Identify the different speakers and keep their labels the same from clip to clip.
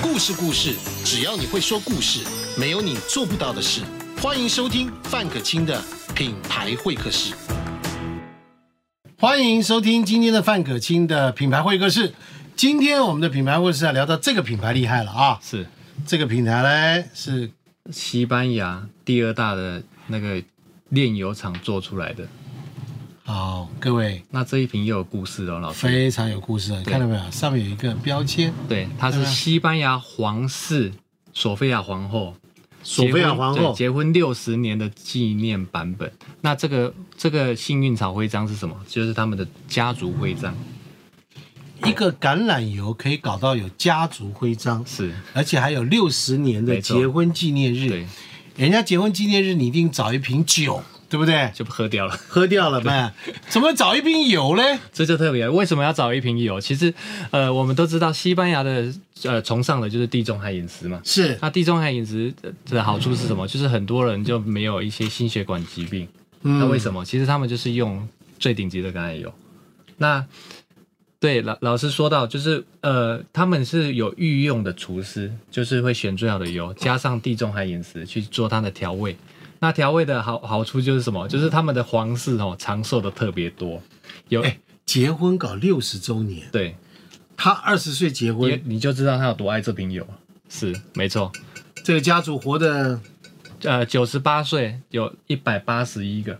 Speaker 1: 故事故事，只要你会说故事，没有你做不到的事。欢迎收听范可清的品牌会客室。欢迎收听今天的范可清的品牌会客室。今天我们的品牌会客室要聊到这个品牌厉害了啊！
Speaker 2: 是
Speaker 1: 这个品牌呢是
Speaker 2: 西班牙第二大的那个炼油厂做出来的。
Speaker 1: 好、各位
Speaker 2: 那这一瓶也有故事哦，老师。
Speaker 1: 非常有故事的，看到没有？上面有一个标签，
Speaker 2: 对，啊她是西班牙皇室索菲亚皇后，
Speaker 1: 索菲亚皇
Speaker 2: 结婚
Speaker 1: 后
Speaker 2: 对结婚六十年的纪念版本。那这个这个幸运草徽章是什么？就是他们的家族徽章。
Speaker 1: 一个橄榄油可以搞到有家族徽章，
Speaker 2: 是，
Speaker 1: 而且还有六十年的
Speaker 2: 没错
Speaker 1: 结婚纪念日
Speaker 2: 对。，
Speaker 1: 人家结婚纪念日，你一定找一瓶酒，对不对？
Speaker 2: 就喝掉了。
Speaker 1: 喝掉了呗，怎么找一瓶油嘞？
Speaker 2: 这就特别。为什么要找一瓶油？其实，呃，我们都知道西班牙的呃崇尚的就是地中海饮食嘛。
Speaker 1: 是
Speaker 2: 那地中海饮食的好处是什么？就是很多人就没有一些心血管疾病。
Speaker 1: 嗯
Speaker 2: 那为什么？其实他们就是用最顶级的橄榄油。那对老老师说到，就是呃，他们是有御用的厨师，就是会选最好的油，加上地中海饮食去做它的调味。那调味的好好处就是什么？就是他们的皇室哦，长寿的特别多。有、
Speaker 1: 哎，结婚搞六十周年，
Speaker 2: 对，
Speaker 1: 他二十岁结
Speaker 2: 你
Speaker 1: 婚，
Speaker 2: 你就知道他有多爱这瓶油。是，没错。
Speaker 1: 这个家族活的
Speaker 2: 呃，九十八岁有一百八十一个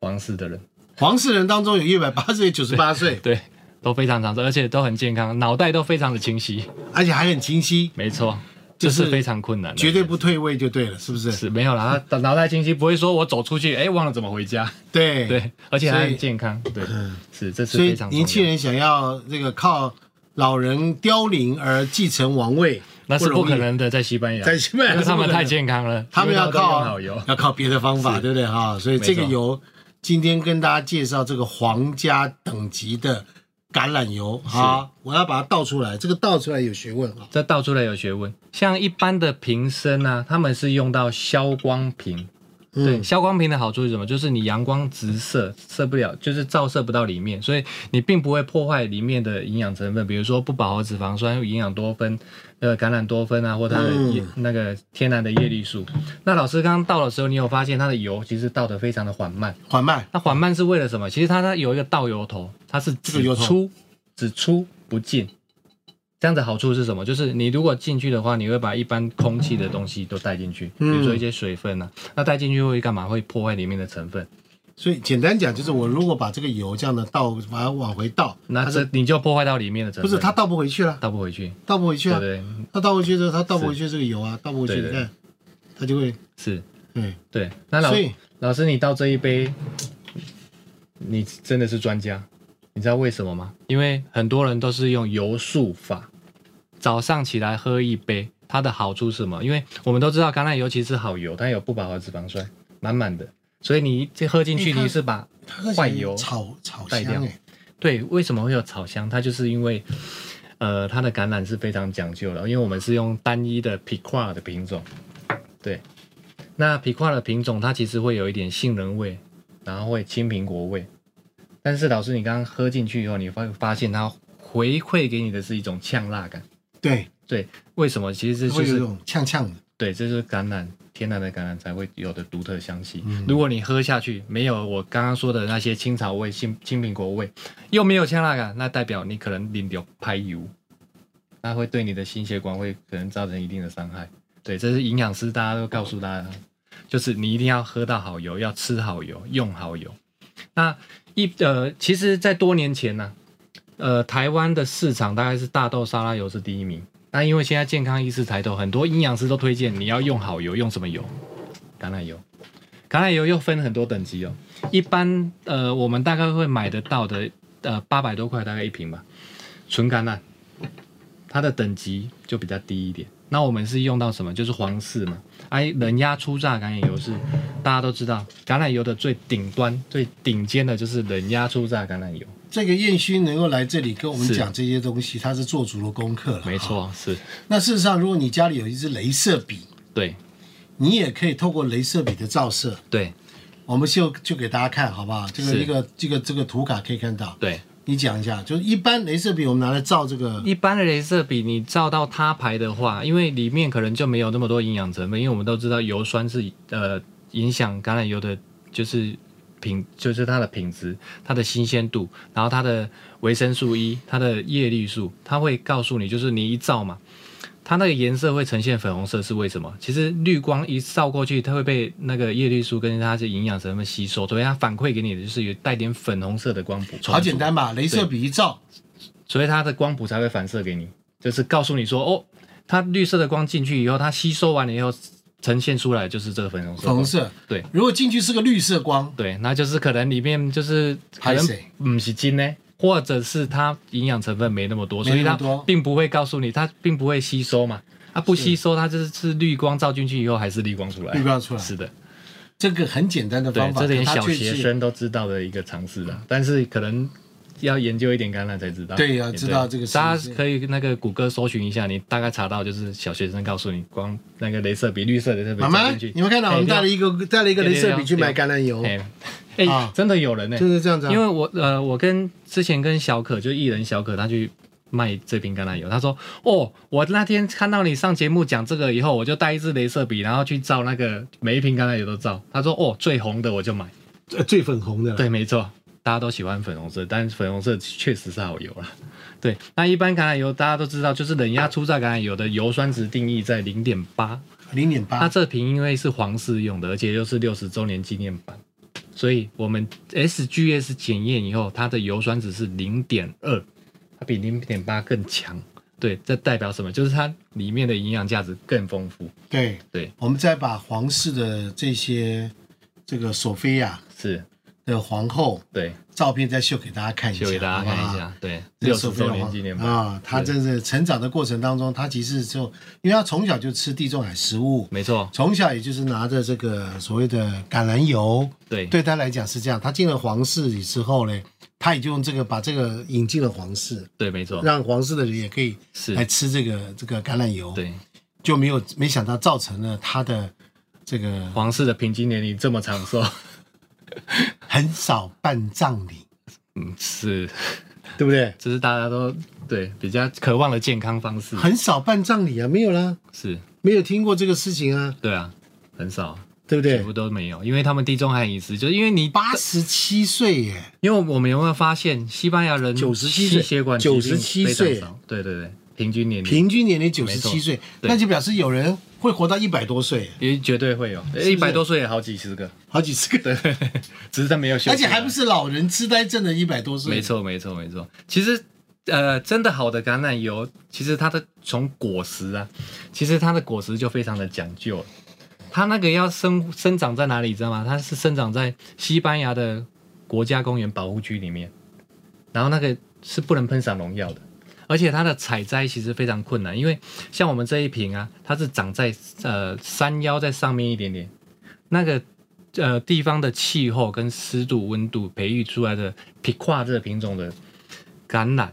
Speaker 2: 皇室的人，
Speaker 1: 皇室人当中有一百八岁、九十八 岁，
Speaker 2: 对，都非常长寿，而且都很健康，脑袋都非常的清晰。
Speaker 1: 而且还很清晰，
Speaker 2: 没错，
Speaker 1: 就
Speaker 2: 这
Speaker 1: 是
Speaker 2: 是非常困难的，
Speaker 1: 绝对不退位就对了，是不是？
Speaker 2: 是没有啦。他脑袋清晰，不会说我走出去，哎，忘了怎么回家。
Speaker 1: 对
Speaker 2: 对，而且还
Speaker 1: 嗯所以嗯
Speaker 2: 很健康。对，是这是
Speaker 1: 所以
Speaker 2: 非常重要
Speaker 1: 年轻人想要这个靠老人凋零而继承王位，
Speaker 2: 那是
Speaker 1: 容
Speaker 2: 不
Speaker 1: 易
Speaker 2: 可，能的，在西班牙，
Speaker 1: 在西班牙
Speaker 2: 因为他
Speaker 1: 是不可
Speaker 2: 们
Speaker 1: 能
Speaker 2: 太健康了，
Speaker 1: 他们要
Speaker 2: 因为都用
Speaker 1: 靠
Speaker 2: 好油。
Speaker 1: 要靠别的方法，对不对哈？所以这个
Speaker 2: 没错
Speaker 1: 油今天跟大家介绍这个皇家等级的橄榄油啊，我要把它倒出来，这个倒出来有学问啊。
Speaker 2: 这倒出来有学问。像一般的瓶身啊，他们是用到消光瓶。
Speaker 1: 嗯
Speaker 2: 对，消光瓶的好处是什么？就是你阳光直射射不了，就是照射不到里面，所以你并不会破坏里面的营养成分，比如说不饱和脂肪酸、营养多酚、呃橄榄多酚啊，或它的叶、那个天然的叶绿素。那老师刚刚倒的时候，你有发现它的油其实倒得非常的缓慢，
Speaker 1: 缓慢，
Speaker 2: 那缓慢是为了什么？其实它它有一个倒油头，它是
Speaker 1: 个
Speaker 2: 只
Speaker 1: 油头
Speaker 2: 出只出不进。这样的好处是什么？就是你如果进去的话，你会把一般空气的东西都带进去，比如说一些水分啊，那带进去会干嘛？会破坏里面的成分。
Speaker 1: 所以简单讲就是，我如果把这个油这样的倒，把它往回倒，
Speaker 2: 那这你就破坏到里面的成
Speaker 1: 不
Speaker 2: 分，
Speaker 1: 是它倒不回去了，
Speaker 2: 倒不回去，
Speaker 1: 倒不回去
Speaker 2: 对不
Speaker 1: 啊，
Speaker 2: 对？
Speaker 1: 它倒回去之后，它倒不回去这个油啊，倒不回去，
Speaker 2: 对
Speaker 1: 你
Speaker 2: 对
Speaker 1: 看，它就会，
Speaker 2: 是，
Speaker 1: 对，
Speaker 2: 对。那老
Speaker 1: 所以
Speaker 2: 老师，你倒这一杯，你真的是专家，你知道为什么吗？因为很多人都是用油速法，早上起来喝一杯，它的好处是什么？因为我们都知道橄榄油其实是好油，它有不饱和脂肪酸，满满的，所以你这喝进去，
Speaker 1: 你看
Speaker 2: 你是把
Speaker 1: 它喝起来
Speaker 2: 坏油
Speaker 1: 炒炒
Speaker 2: 带
Speaker 1: 香
Speaker 2: 掉
Speaker 1: 哎，
Speaker 2: 对，为什么会有草香？它就是因为，呃，它的橄榄是非常讲究的，因为我们是用单一的 p i q u a 的品种，对。那 p i q u a 的品种它其实会有一点杏仁味，然后会青苹果味，但是老师你刚刚喝进去以后，你会发现它回馈给你的是一种呛辣感。
Speaker 1: 对，
Speaker 2: 对，为什么？其实这就
Speaker 1: 会有一
Speaker 2: 是
Speaker 1: 种呛呛的。
Speaker 2: 对，这就是橄榄天然的橄榄才会有的独特香气。如果你喝下去没有我刚刚说的那些青草味、青青苹果味，又没有呛辣感，那代表你可能领有拍油，那会对你的心血管会可能造成一定的伤害。对，这是营养师大家都告诉大家，就是你一定要喝到好油，要吃好油，用好油。那一呃，其实，在多年前呢、呃，台湾的市场大概是大豆沙拉油是第一名。那因为现在健康意识抬头，很多营养师都推荐你要用好油，用什么油？橄榄油。橄榄油又分很多等级哦。一般呃，我们大概会买得到的，呃，八百多块大概一瓶吧。纯橄榄，它的等级就比较低一点。那我们是用到什么？就是皇室嘛，哎，冷压初榨橄榄油是大家都知道，橄榄油的最顶端、最顶尖的就是冷压初榨橄榄油。
Speaker 1: 这个燕勋能够来这里跟我们
Speaker 2: 是
Speaker 1: 讲这些东西，他是做足了功课了。
Speaker 2: 没
Speaker 1: 哈。
Speaker 2: 错，是
Speaker 1: 那事实上，如果你家里有一支镭射笔，
Speaker 2: 对
Speaker 1: 你也可以透过镭射笔的照射，
Speaker 2: 对
Speaker 1: 我们就就给大家看好不好？这个
Speaker 2: 是
Speaker 1: 一个这个这个图卡可以看到，
Speaker 2: 对，
Speaker 1: 你讲一下，就是一般镭射笔我们拿来照这个，
Speaker 2: 一般的呃镭射笔你照到它牌的话，因为里面可能就没有那么多营养成分，因为我们都知道油酸是呃影响橄榄油的，就是品就是它的品质、它的新鲜度，然后它的维生素 E、它的叶绿素，它会告诉你，就是你一照嘛，它那个颜色会呈现粉红色是为什么？其实绿光一照过去，它会被那个叶绿素跟它的营养成分吸收，所以它反馈给你的就是有带点粉红色的光谱。
Speaker 1: 好简单吧？镭射笔一照，
Speaker 2: 所以它的光谱才会反射给你，就是告诉你说，哦，它绿色的光进去以后，它吸收完了以后，呈现出来就是这个粉红色。
Speaker 1: 粉红。色，
Speaker 2: 对
Speaker 1: 如果进去是个绿色光，
Speaker 2: 对，那就是可能里面就是可
Speaker 1: 还
Speaker 2: 能
Speaker 1: 是
Speaker 2: 不是金呢，或者是它营养成分没那么多，
Speaker 1: 没
Speaker 2: 所
Speaker 1: 那
Speaker 2: 以
Speaker 1: 么
Speaker 2: 它
Speaker 1: 多
Speaker 2: 并不会告诉你，它并不会吸收嘛。它不吸收，它就是是绿光照进去以后还是绿光出来。
Speaker 1: 绿光出来
Speaker 2: 是的，
Speaker 1: 这个很简单的
Speaker 2: 对
Speaker 1: 方，法，
Speaker 2: 这点
Speaker 1: 可它
Speaker 2: 小
Speaker 1: 却
Speaker 2: 学
Speaker 1: 是
Speaker 2: 生都知道的一个常识啦，但是可能。要研究一点橄榄才知道，
Speaker 1: 对要知道这个是
Speaker 2: 大
Speaker 1: 是
Speaker 2: 家可以那个谷歌搜寻一下，你大概查到就是小学生告诉你，光那个镭射笔，绿色的镭射笔
Speaker 1: 妈妈
Speaker 2: 照进，去，啊
Speaker 1: 你们看到我们带了一个带了一个镭射笔去买橄榄油，
Speaker 2: 哎，哎
Speaker 1: 啊
Speaker 2: 真的有人呢、
Speaker 1: 就是这样子啊。
Speaker 2: 因为我呃，我跟之前跟小可，就艺人小可，他去卖这瓶橄榄油，他说：“哦，我那天看到你上节目讲这个以后，我就带一支镭射笔，然后去照那个每一瓶橄榄油都照。”他说：“哦，最红的我就买。
Speaker 1: 呃最粉红的”啦，
Speaker 2: 对，没错，大家都喜欢粉红色，但是粉红色确实是好油啦。对，那一般橄榄油大家都知道，就是冷压初榨橄榄油的油酸值定义在零点八，
Speaker 1: 零点
Speaker 2: 它
Speaker 1: 八，
Speaker 2: 这瓶因为是皇室用的，而且又是六十周年纪念版，所以我们 SGS 检验以后，它的油酸值是零点二，它比零点八更强。对，这代表什么？就是它里面的营养价值更丰富。
Speaker 1: 对
Speaker 2: 对，
Speaker 1: 我们再把皇室的这些这个索菲亚
Speaker 2: 是，
Speaker 1: 的皇后
Speaker 2: 对，
Speaker 1: 照片再秀给大家看一下，
Speaker 2: 秀给大家看
Speaker 1: 好
Speaker 2: 一
Speaker 1: 不好。
Speaker 2: 下。对，
Speaker 1: 这
Speaker 2: 六
Speaker 1: 个索
Speaker 2: 十
Speaker 1: 菲亚
Speaker 2: 周
Speaker 1: 皇
Speaker 2: 年纪念版，
Speaker 1: 啊，她
Speaker 2: 对
Speaker 1: 真是成长的过程当中，她其实就因为她从小就吃地中海食物，
Speaker 2: 没错，
Speaker 1: 从小也就是拿着这个所谓的橄榄油，
Speaker 2: 对，
Speaker 1: 对他来讲是这样。他进了皇室里之后呢，他也就用这个把这个引进了皇室，
Speaker 2: 对，没错，
Speaker 1: 让皇室的人也可以
Speaker 2: 哦是
Speaker 1: 来，吃这个这个橄榄油，
Speaker 2: 对，
Speaker 1: 就没有没想到造成了他的这个
Speaker 2: 皇室的平均年龄这么长寿，
Speaker 1: 很少办葬礼，
Speaker 2: 嗯，是，
Speaker 1: 对不对？
Speaker 2: 这是大家都对比较渴望的健康方式，
Speaker 1: 很少办葬礼啊，没有啦，
Speaker 2: 是，
Speaker 1: 没有听过这个事情啊，
Speaker 2: 对啊，很少。
Speaker 1: 对不
Speaker 2: 全
Speaker 1: 对
Speaker 2: 部？都没有，因为他们地中海饮食，就是因为你，
Speaker 1: 八十七岁耶，
Speaker 2: 因为我们有没有发现，西班牙人
Speaker 1: 97岁
Speaker 2: 心血管疾病
Speaker 1: 97
Speaker 2: 非常
Speaker 1: 岁
Speaker 2: 少，对对对，平均年龄
Speaker 1: 平均年龄九十
Speaker 2: 没
Speaker 1: 七
Speaker 2: 错
Speaker 1: 岁，
Speaker 2: 对
Speaker 1: 那就表示有人会活到一百多岁耶，
Speaker 2: 也绝对会有，一百多岁也好几十个，
Speaker 1: 好几十个，
Speaker 2: 只是他没有休息，
Speaker 1: 而且还不是老人痴呆症的一百多岁，
Speaker 2: 没错没错没错。其实，呃，真的好的橄榄油，其实它的从果实啊，其实它的果实就非常的讲究了它那个要生生长在哪里，你知道吗？它是生长在西班牙的国家公园保护区里面，然后那个是不能喷洒农药的，而且它的采摘其实非常困难，因为像我们这一瓶啊，它是长在呃山腰在上面一点点，那个呃地方的气候跟湿度、温度培育出来的皮跨这个品种的橄榄，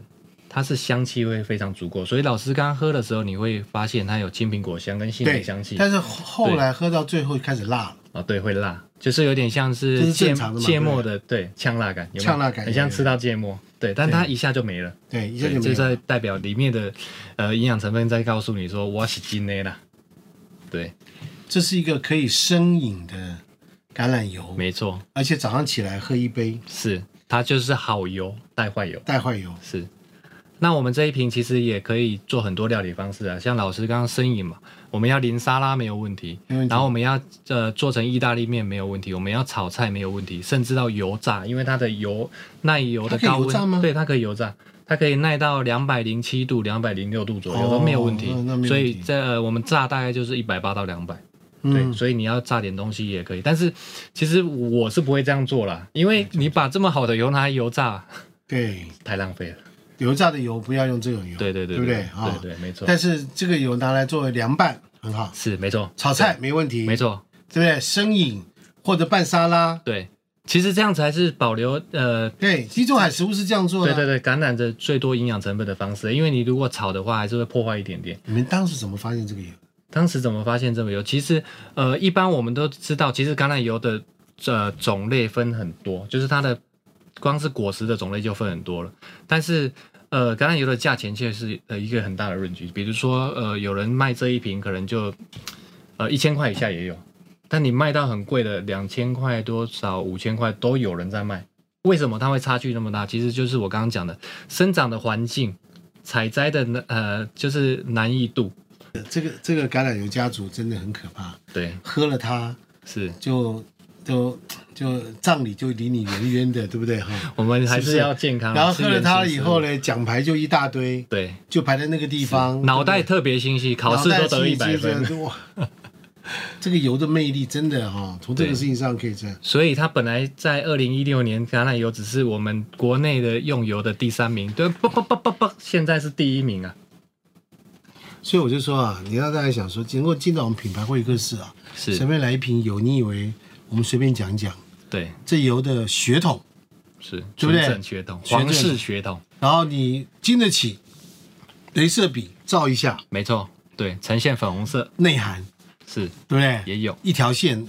Speaker 2: 它是香气会非常足够，所以老师刚刚喝的时候，你会发现它有青苹果香跟杏
Speaker 1: 对
Speaker 2: 仁香气。
Speaker 1: 但是后来喝到最后开始辣了，
Speaker 2: 哦，对，会辣，就是有点像
Speaker 1: 这是
Speaker 2: 是
Speaker 1: 正
Speaker 2: 芥
Speaker 1: 常的嘛
Speaker 2: 芥末的，对，呛辣感，有没有
Speaker 1: 呛辣感
Speaker 2: 很
Speaker 1: 有
Speaker 2: 像吃到芥末，对，但它一下就没了，
Speaker 1: 对，一下就
Speaker 2: 对
Speaker 1: 没
Speaker 2: 这
Speaker 1: 有了。
Speaker 2: 在代表里面的呃营养成分在告诉你说我是金 A 啦，对，
Speaker 1: 这是一个可以生饮的橄榄油，
Speaker 2: 没错，
Speaker 1: 而且早上起来喝一杯
Speaker 2: 是它就是好油带坏油，
Speaker 1: 带坏油，
Speaker 2: 是。那我们这一瓶其实也可以做很多料理方式啊，像老师刚刚生饮嘛，我们要淋沙拉没有问题，
Speaker 1: 没问题
Speaker 2: 然后我们要呃做成意大利面没有问题，我们要炒菜没有问题，甚至到油炸，因为它的油耐油的
Speaker 1: 它可以
Speaker 2: 高温，
Speaker 1: 油炸吗
Speaker 2: 对，它可以油炸，它可以耐到两百零七度、两百零六度左右、
Speaker 1: 哦
Speaker 2: 都没有问题。
Speaker 1: 那那没问题
Speaker 2: 所以这、呃我们炸大概就是一百八到两百、对，
Speaker 1: 嗯，
Speaker 2: 所以你要炸点东西也可以，但是其实我是不会这样做啦，因为你把这么好的油拿来油炸，
Speaker 1: 对，
Speaker 2: 太浪费了。
Speaker 1: 油炸的油不要用这种油，
Speaker 2: 对对
Speaker 1: 对，不
Speaker 2: 对
Speaker 1: 对
Speaker 2: 对
Speaker 1: 啊？
Speaker 2: 对对没错
Speaker 1: 但是这个油拿来作为凉拌很好，
Speaker 2: 是没错，
Speaker 1: 炒菜没问题，
Speaker 2: 没，错，
Speaker 1: 对不对？生饮或者拌沙拉，
Speaker 2: 对，其实这样才是保留呃，
Speaker 1: 对，地中海食物是这样做
Speaker 2: 对
Speaker 1: 的。
Speaker 2: 对对，橄榄的最多营养成分的方式，因为你如果炒的话，还是会破坏一点点。
Speaker 1: 你们当时怎么发现这个油？
Speaker 2: 当时怎么发现这么油？其实呃，一般我们都知道，其实橄榄油的呃种类分很多，就是它的光是果实的种类就分很多了。但是呃，橄榄油的价钱却是呃一个很大的润局，比如说呃，有人卖这一瓶可能就呃一千块以下也有，但你卖到很贵的两千块多少、五千块都有人在卖。为什么它会差距那么大？其实就是我刚刚讲的生长的环境、采摘的难呃就是难易度，
Speaker 1: 这个这个橄榄油家族真的很可怕，
Speaker 2: 对，
Speaker 1: 喝了它
Speaker 2: 是
Speaker 1: 就就就葬礼就离你远远的，对不对哈？
Speaker 2: 我们还
Speaker 1: 是不
Speaker 2: 是
Speaker 1: 是
Speaker 2: 要健康啊。
Speaker 1: 然后
Speaker 2: 吃
Speaker 1: 喝了
Speaker 2: 原
Speaker 1: 它
Speaker 2: 形
Speaker 1: 以
Speaker 2: 食
Speaker 1: 后
Speaker 2: 物，
Speaker 1: 呢，奖牌就一大堆，
Speaker 2: 对，
Speaker 1: 就排在那个地方，
Speaker 2: 脑
Speaker 1: 对
Speaker 2: 袋
Speaker 1: 不
Speaker 2: 特别清
Speaker 1: 对
Speaker 2: 晰，考试
Speaker 1: 脑
Speaker 2: 都
Speaker 1: 袋
Speaker 2: 得一
Speaker 1: 清晰
Speaker 2: 百分。
Speaker 1: 这哇，这个油的魅力真的哈、从这个事情上可以这样。
Speaker 2: 所以它本来在二零一六年橄榄油只是我们国内的用油的第三名，对，不不不不不，现在是第一名啊，
Speaker 1: 所以我就说啊，你要大家想说，能够进到我们品牌会客室啊，随便来一瓶油，你以为我们随便讲一讲
Speaker 2: 对，
Speaker 1: 这油的血统，
Speaker 2: 是
Speaker 1: 对不对
Speaker 2: 纯正血统，
Speaker 1: 纯正
Speaker 2: 皇室血统，
Speaker 1: 然后你经得起镭射笔照一下
Speaker 2: 没错，对，呈现粉红色
Speaker 1: 内涵，
Speaker 2: 是
Speaker 1: 对不对？
Speaker 2: 也有，
Speaker 1: 一条线，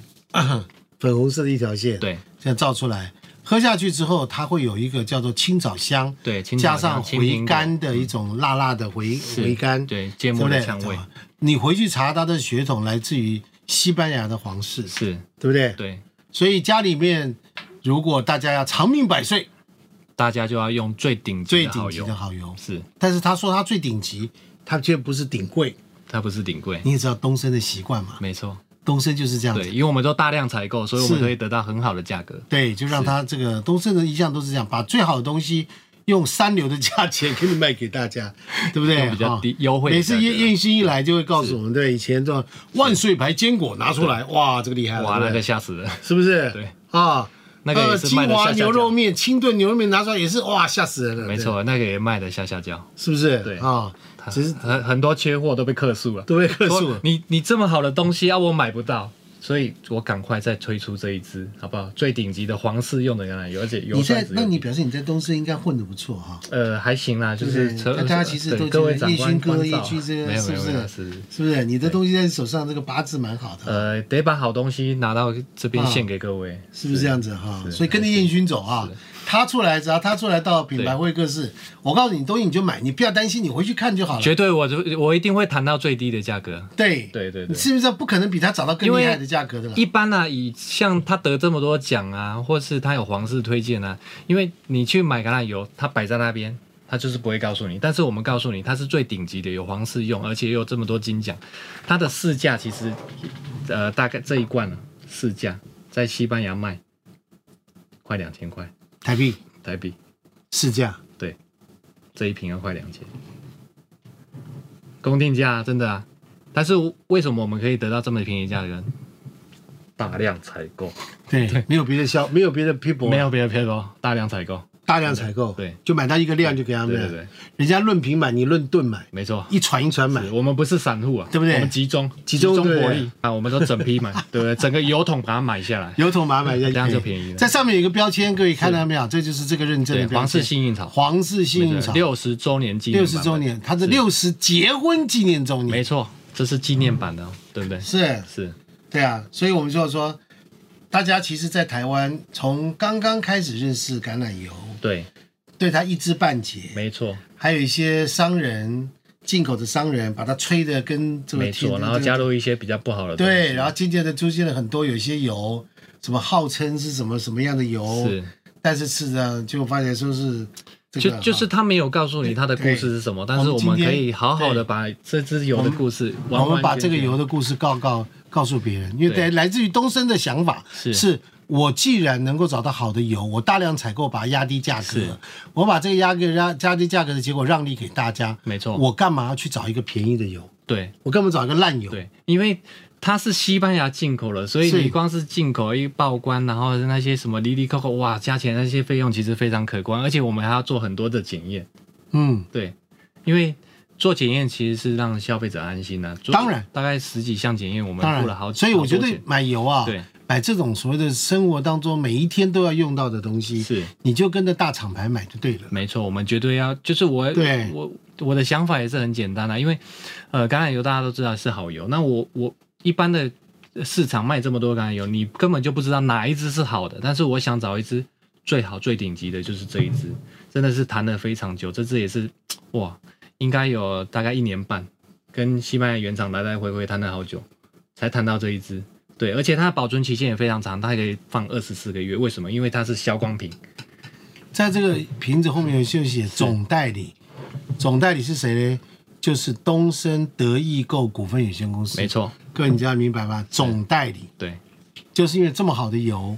Speaker 1: 粉红色的一条线，，
Speaker 2: 对
Speaker 1: 这样照出来，喝下去之后，它会有一个叫做青枣香，
Speaker 2: 对，青
Speaker 1: 加
Speaker 2: 草
Speaker 1: 上
Speaker 2: 香青苹
Speaker 1: 回
Speaker 2: 果
Speaker 1: 甘的一种辣辣的回
Speaker 2: 是
Speaker 1: 回甘，
Speaker 2: 对
Speaker 1: 对
Speaker 2: 芥
Speaker 1: 不
Speaker 2: 末的
Speaker 1: 对？
Speaker 2: 香味
Speaker 1: 你回去查它的血统来自于西班牙的皇室，
Speaker 2: 是，
Speaker 1: 对不对？
Speaker 2: 对，
Speaker 1: 所以家里面如果大家要长命百岁，
Speaker 2: 大家就要用最顶级
Speaker 1: 最
Speaker 2: 的
Speaker 1: 顶
Speaker 2: 啊好
Speaker 1: 级
Speaker 2: 油
Speaker 1: 的，好油，
Speaker 2: 是
Speaker 1: 但是他说他最顶级，他却不是顶贵。
Speaker 2: 它不是顶贵，
Speaker 1: 你也知道东升的习惯嘛，
Speaker 2: 没错，
Speaker 1: 东升就是这样
Speaker 2: 对，
Speaker 1: 子。
Speaker 2: 因为我们都大量采购，所以我
Speaker 1: 是
Speaker 2: 们可以得到很好的价格，
Speaker 1: 对，就让他这个东升的一向都是这样，把最好的东西用三流的价钱给你卖给大 家，对不对？
Speaker 2: 用比较低
Speaker 1: 哈
Speaker 2: 优惠的
Speaker 1: 每次
Speaker 2: 价格
Speaker 1: 燕燕新一来就会告诉我们，对，以前这种万岁牌坚果拿出来，哇，这个厉害了，
Speaker 2: 哇，
Speaker 1: 对不
Speaker 2: 那个
Speaker 1: 对
Speaker 2: 吓死人，
Speaker 1: 是不是？
Speaker 2: 对
Speaker 1: 啊，
Speaker 2: 那个也
Speaker 1: 呃
Speaker 2: 是卖
Speaker 1: 金
Speaker 2: 的
Speaker 1: 华
Speaker 2: 下下
Speaker 1: 牛肉
Speaker 2: 焦，
Speaker 1: 面、清炖牛肉面拿出来也是，哇，吓死人了，
Speaker 2: 没错，那个也卖的下下焦。
Speaker 1: 对，是不是？
Speaker 2: 对
Speaker 1: 啊，只是
Speaker 2: 很很多缺货都被客诉了，
Speaker 1: 都被客诉
Speaker 2: 说。你你这么好的东西啊，我买不到，所以我赶快再推出这一支，好不好？最顶级的皇室用的橄榄油，而且油
Speaker 1: 你在
Speaker 2: 酸值又
Speaker 1: 那你
Speaker 2: 低
Speaker 1: 表示你在东升应该混得不错哈，
Speaker 2: 呃还行啦，就
Speaker 1: 对
Speaker 2: 是
Speaker 1: 不对
Speaker 2: 车
Speaker 1: 大家其实都
Speaker 2: 对
Speaker 1: 觉得
Speaker 2: 各位长
Speaker 1: 叶勋
Speaker 2: 官
Speaker 1: 哥
Speaker 2: 关照啊
Speaker 1: 叶勋这个
Speaker 2: 没有
Speaker 1: 是
Speaker 2: 没
Speaker 1: 不
Speaker 2: 有
Speaker 1: 是
Speaker 2: 没有是。
Speaker 1: 是不是？你的东西在手上这个八字蛮好的，
Speaker 2: 呃，得把好东西拿到这边
Speaker 1: 啊
Speaker 2: 献给各位，
Speaker 1: 是不是这样子哈？
Speaker 2: 是
Speaker 1: 所以跟着燕军走啊，他出来只要他出来到品牌会客室，我告诉你东西你就买，你不要担心，你回去看就好了。
Speaker 2: 绝对我就我一定会谈到最低的价格。
Speaker 1: 对
Speaker 2: 对对对
Speaker 1: 你是不是不可能比他找到更
Speaker 2: 因为
Speaker 1: 厉害的价格的了？
Speaker 2: 一般啊，以像他得这么多奖啊，或是他有皇室推荐啊，因为你去买橄榄油，它摆在那边，他就是不会告诉你。但是我们告诉你，它是最顶级的，有皇室用，而且又有这么多金奖，它的市价其实，呃，大概这一罐啊，市价在西班牙卖快两千块
Speaker 1: 台币
Speaker 2: 台币，
Speaker 1: 市价
Speaker 2: 对，这一瓶要快两千，公定价啊真的啊。但是为什么我们可以得到这么便宜价格？大量采购。
Speaker 1: 对，没有别的消，没有别的 people，
Speaker 2: 没有别的偏多，大量采购。
Speaker 1: 大量采购，
Speaker 2: 对
Speaker 1: 就买到一个量就给他们
Speaker 2: 对
Speaker 1: 了。
Speaker 2: 对对，
Speaker 1: 人家论瓶买，你论吨买，
Speaker 2: 没错。
Speaker 1: 一船一船买
Speaker 2: 是。我们不是散户啊，
Speaker 1: 对不对
Speaker 2: 我们集中
Speaker 1: 集中
Speaker 2: 火
Speaker 1: 对不对
Speaker 2: 力啊，我们都整批 买，对不对？整个油桶把它买下来。
Speaker 1: 油桶把它买下 去，
Speaker 2: 这样就便宜了
Speaker 1: 哎在上面有一个标签，各位看到没有？这就是这个认证
Speaker 2: 对，
Speaker 1: 的标
Speaker 2: 皇
Speaker 1: 签
Speaker 2: 室。幸运草，
Speaker 1: 皇室幸运草，
Speaker 2: 六十周年纪念
Speaker 1: 六
Speaker 2: 版
Speaker 1: 十
Speaker 2: 本
Speaker 1: 周，年，它是
Speaker 2: 是
Speaker 1: 六十结婚纪念周
Speaker 2: 没
Speaker 1: 年，
Speaker 2: 错，这是纪念版的哦，对不对？
Speaker 1: 是，
Speaker 2: 是，
Speaker 1: 对啊。所以我们就说，大家其实，在台湾从刚刚开始认识橄榄油，
Speaker 2: 对，
Speaker 1: 对它一知半解，
Speaker 2: 没错，
Speaker 1: 还有一些商人进口的商人把它吹的跟这个
Speaker 2: 没
Speaker 1: 天
Speaker 2: 错。
Speaker 1: 的
Speaker 2: 然后
Speaker 1: 这个
Speaker 2: 加入一些比较不好的东西，
Speaker 1: 对，然后渐渐的出现了很多有一些油，什么号称是什么什么样的油，
Speaker 2: 是，
Speaker 1: 但是事实上就发现说是哦这
Speaker 2: 就
Speaker 1: 个
Speaker 2: 就是他没有告诉你他的故事是什么，但是
Speaker 1: 我们
Speaker 2: 我
Speaker 1: 今
Speaker 2: 们
Speaker 1: 天
Speaker 2: 可以好好的把这支油的故事完完全全，
Speaker 1: 啊我们把这个油的故事告告告诉别人，因为来
Speaker 2: 对
Speaker 1: 来自于东升的想法
Speaker 2: 是
Speaker 1: 我既然能够找到好的油，我大量采购，把它压低价格
Speaker 2: 是，
Speaker 1: 我把这个压个压压低价格的结果让利给大家，
Speaker 2: 没错
Speaker 1: 我干嘛要去找一个便宜的油？
Speaker 2: 对，
Speaker 1: 我干嘛找一个烂油？
Speaker 2: 对，因为它是西班牙进口了，所以
Speaker 1: 是
Speaker 2: 你光是进口一报关，然后那些什么离离扣扣，哇，加起来那些费用其实非常可观，而且我们还要做很多的检验。
Speaker 1: 嗯，
Speaker 2: 对，因为做检验其实是让消费者安心的、做
Speaker 1: 当然，
Speaker 2: 大概十几项检验，我们
Speaker 1: 当
Speaker 2: 付了好
Speaker 1: 然，
Speaker 2: 几，
Speaker 1: 所以我觉
Speaker 2: 好
Speaker 1: 得
Speaker 2: 多钱
Speaker 1: 买油啊
Speaker 2: 对，
Speaker 1: 买这种所谓的生活当中每一天都要用到的东西，
Speaker 2: 是
Speaker 1: 你就跟着大厂牌买就对了。
Speaker 2: 没错，我们绝对要，就是我
Speaker 1: 对
Speaker 2: 我我的想法也是很简单的、因为呃，橄榄油大家都知道是好油，那我我一般的市场卖这么多橄榄油，你根本就不知道哪一支是好的，但是我想找一支最好最顶级的就是这一支，真的是谈了非常久。这支也是哇，应该有大概一年半，跟西班牙原厂来来回回谈了好久，才谈到这一支。对，而且它的保存期限也非常长，它可以放二十四个月。为什么？因为它是消光瓶。
Speaker 1: 在这个瓶子后面有就写总代理，总代理是谁呢？就是东升德意购股份有限公司。
Speaker 2: 没，错，
Speaker 1: 各位你这样明白吧？总代理
Speaker 2: 对，
Speaker 1: 就是因为这么好的油，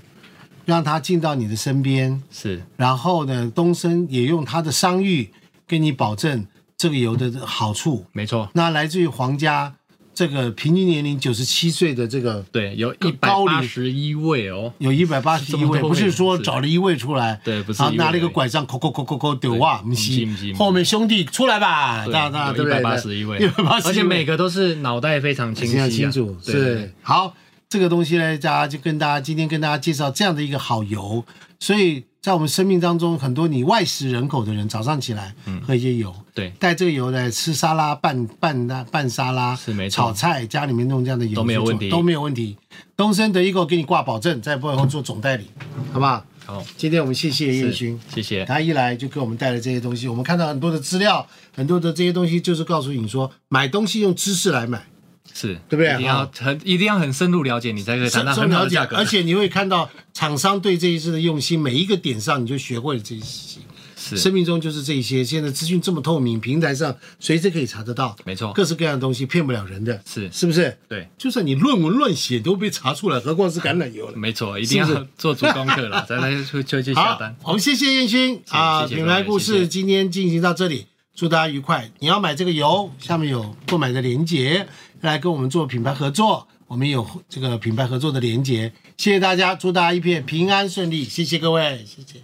Speaker 1: 让它进到你的身边，
Speaker 2: 是
Speaker 1: 然后呢，东升也用它的商誉跟你保证这个油的好处。
Speaker 2: 没错。
Speaker 1: 那来自于皇家这个平均年龄九十七岁的这个，
Speaker 2: 对，有
Speaker 1: 高
Speaker 2: 一百八
Speaker 1: 龄
Speaker 2: 十一位哦。
Speaker 1: 有一百八十
Speaker 2: 这
Speaker 1: 一
Speaker 2: 么多
Speaker 1: 位，
Speaker 2: 位
Speaker 1: 不是说
Speaker 2: 是
Speaker 1: 找了一位出来，
Speaker 2: 对不是
Speaker 1: 然后
Speaker 2: 一位
Speaker 1: 拿了一个
Speaker 2: 而已
Speaker 1: 拐杖，扣扣扣扣扣丢啊，不
Speaker 2: 不是
Speaker 1: 是
Speaker 2: 不是，
Speaker 1: 后面兄弟出来吧，
Speaker 2: 对
Speaker 1: 哦大大对
Speaker 2: 有
Speaker 1: 不
Speaker 2: 一
Speaker 1: 对？
Speaker 2: 百八十一位，
Speaker 1: 一百八十，
Speaker 2: 而且每个都是脑袋非常清
Speaker 1: 非
Speaker 2: 晰、啊，
Speaker 1: 常清楚，
Speaker 2: 对对
Speaker 1: 是
Speaker 2: 对
Speaker 1: 好这个东西呢，大家就跟大家今天跟大家介绍这样的一个好油，所以在我们生命当中，很多你外食人口的人，早上起来
Speaker 2: 嗯
Speaker 1: 喝一些油，
Speaker 2: 对
Speaker 1: 带这个油来吃沙拉、拌拌那拌沙拉，
Speaker 2: 是没错
Speaker 1: 炒菜，家里面弄这样的油
Speaker 2: 都没有
Speaker 1: 去做
Speaker 2: 问题
Speaker 1: 都没有问题。东升德意购给你挂保证，在背后做总代理，好不好？
Speaker 2: 好，
Speaker 1: 今天我们谢谢
Speaker 2: 嗯是
Speaker 1: 燕勋。
Speaker 2: 谢谢，
Speaker 1: 他一来就给我们带来这些东西，我们看到很多的资料，很多的这些东西就是告诉你说，买东西用知识来买，
Speaker 2: 是
Speaker 1: 对不对
Speaker 2: 一定要
Speaker 1: 哦
Speaker 2: 很一定要很深入了解，你才可以谈到
Speaker 1: 深
Speaker 2: 很好
Speaker 1: 了
Speaker 2: 的
Speaker 1: 解，
Speaker 2: 价格，
Speaker 1: 而且你会看到厂商对这一次的用心，每一个点上你就学会了这些。生
Speaker 2: 是
Speaker 1: 命中就是这一些，现在资讯这么透明，平台上随时可以查得到，
Speaker 2: 没错
Speaker 1: 各式各样的东西骗不了人的，
Speaker 2: 是
Speaker 1: 是不是？
Speaker 2: 对，
Speaker 1: 就算你论文乱写都被查出来，何况是橄榄油了。
Speaker 2: 没错，一定要
Speaker 1: 是不是
Speaker 2: 做足功 课了，才能会会去下
Speaker 1: 好
Speaker 2: 单，，
Speaker 1: 我们谢谢燕勋啊，
Speaker 2: 谢谢
Speaker 1: 品牌故
Speaker 2: 各位
Speaker 1: 事
Speaker 2: 谢谢
Speaker 1: 今天进行到这里，祝大家愉快。你要买这个油，
Speaker 2: 嗯
Speaker 1: 下面有购买的链接，来跟我们做品牌合作，我们有这个品牌合作的链接。谢谢大家，祝大家一片平安顺利，谢谢各位，谢谢。